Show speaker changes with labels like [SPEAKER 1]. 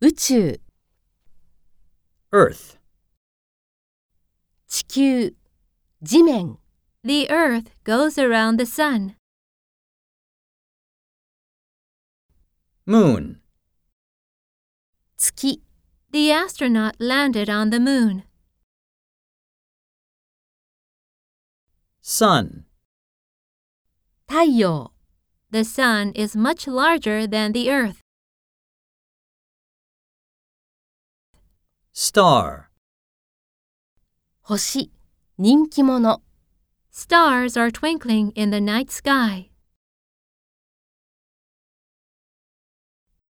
[SPEAKER 1] 宇宙、
[SPEAKER 2] Earth,
[SPEAKER 1] 地球、地面、
[SPEAKER 3] The earth goes around the sun.
[SPEAKER 2] Moon,
[SPEAKER 1] 月、
[SPEAKER 3] The astronaut landed on the moon.
[SPEAKER 2] Sun,
[SPEAKER 1] 太陽、
[SPEAKER 3] The sun is much larger than the earth.
[SPEAKER 2] Star,
[SPEAKER 1] 星、人気者。
[SPEAKER 3] Stars are twinkling in the night sky.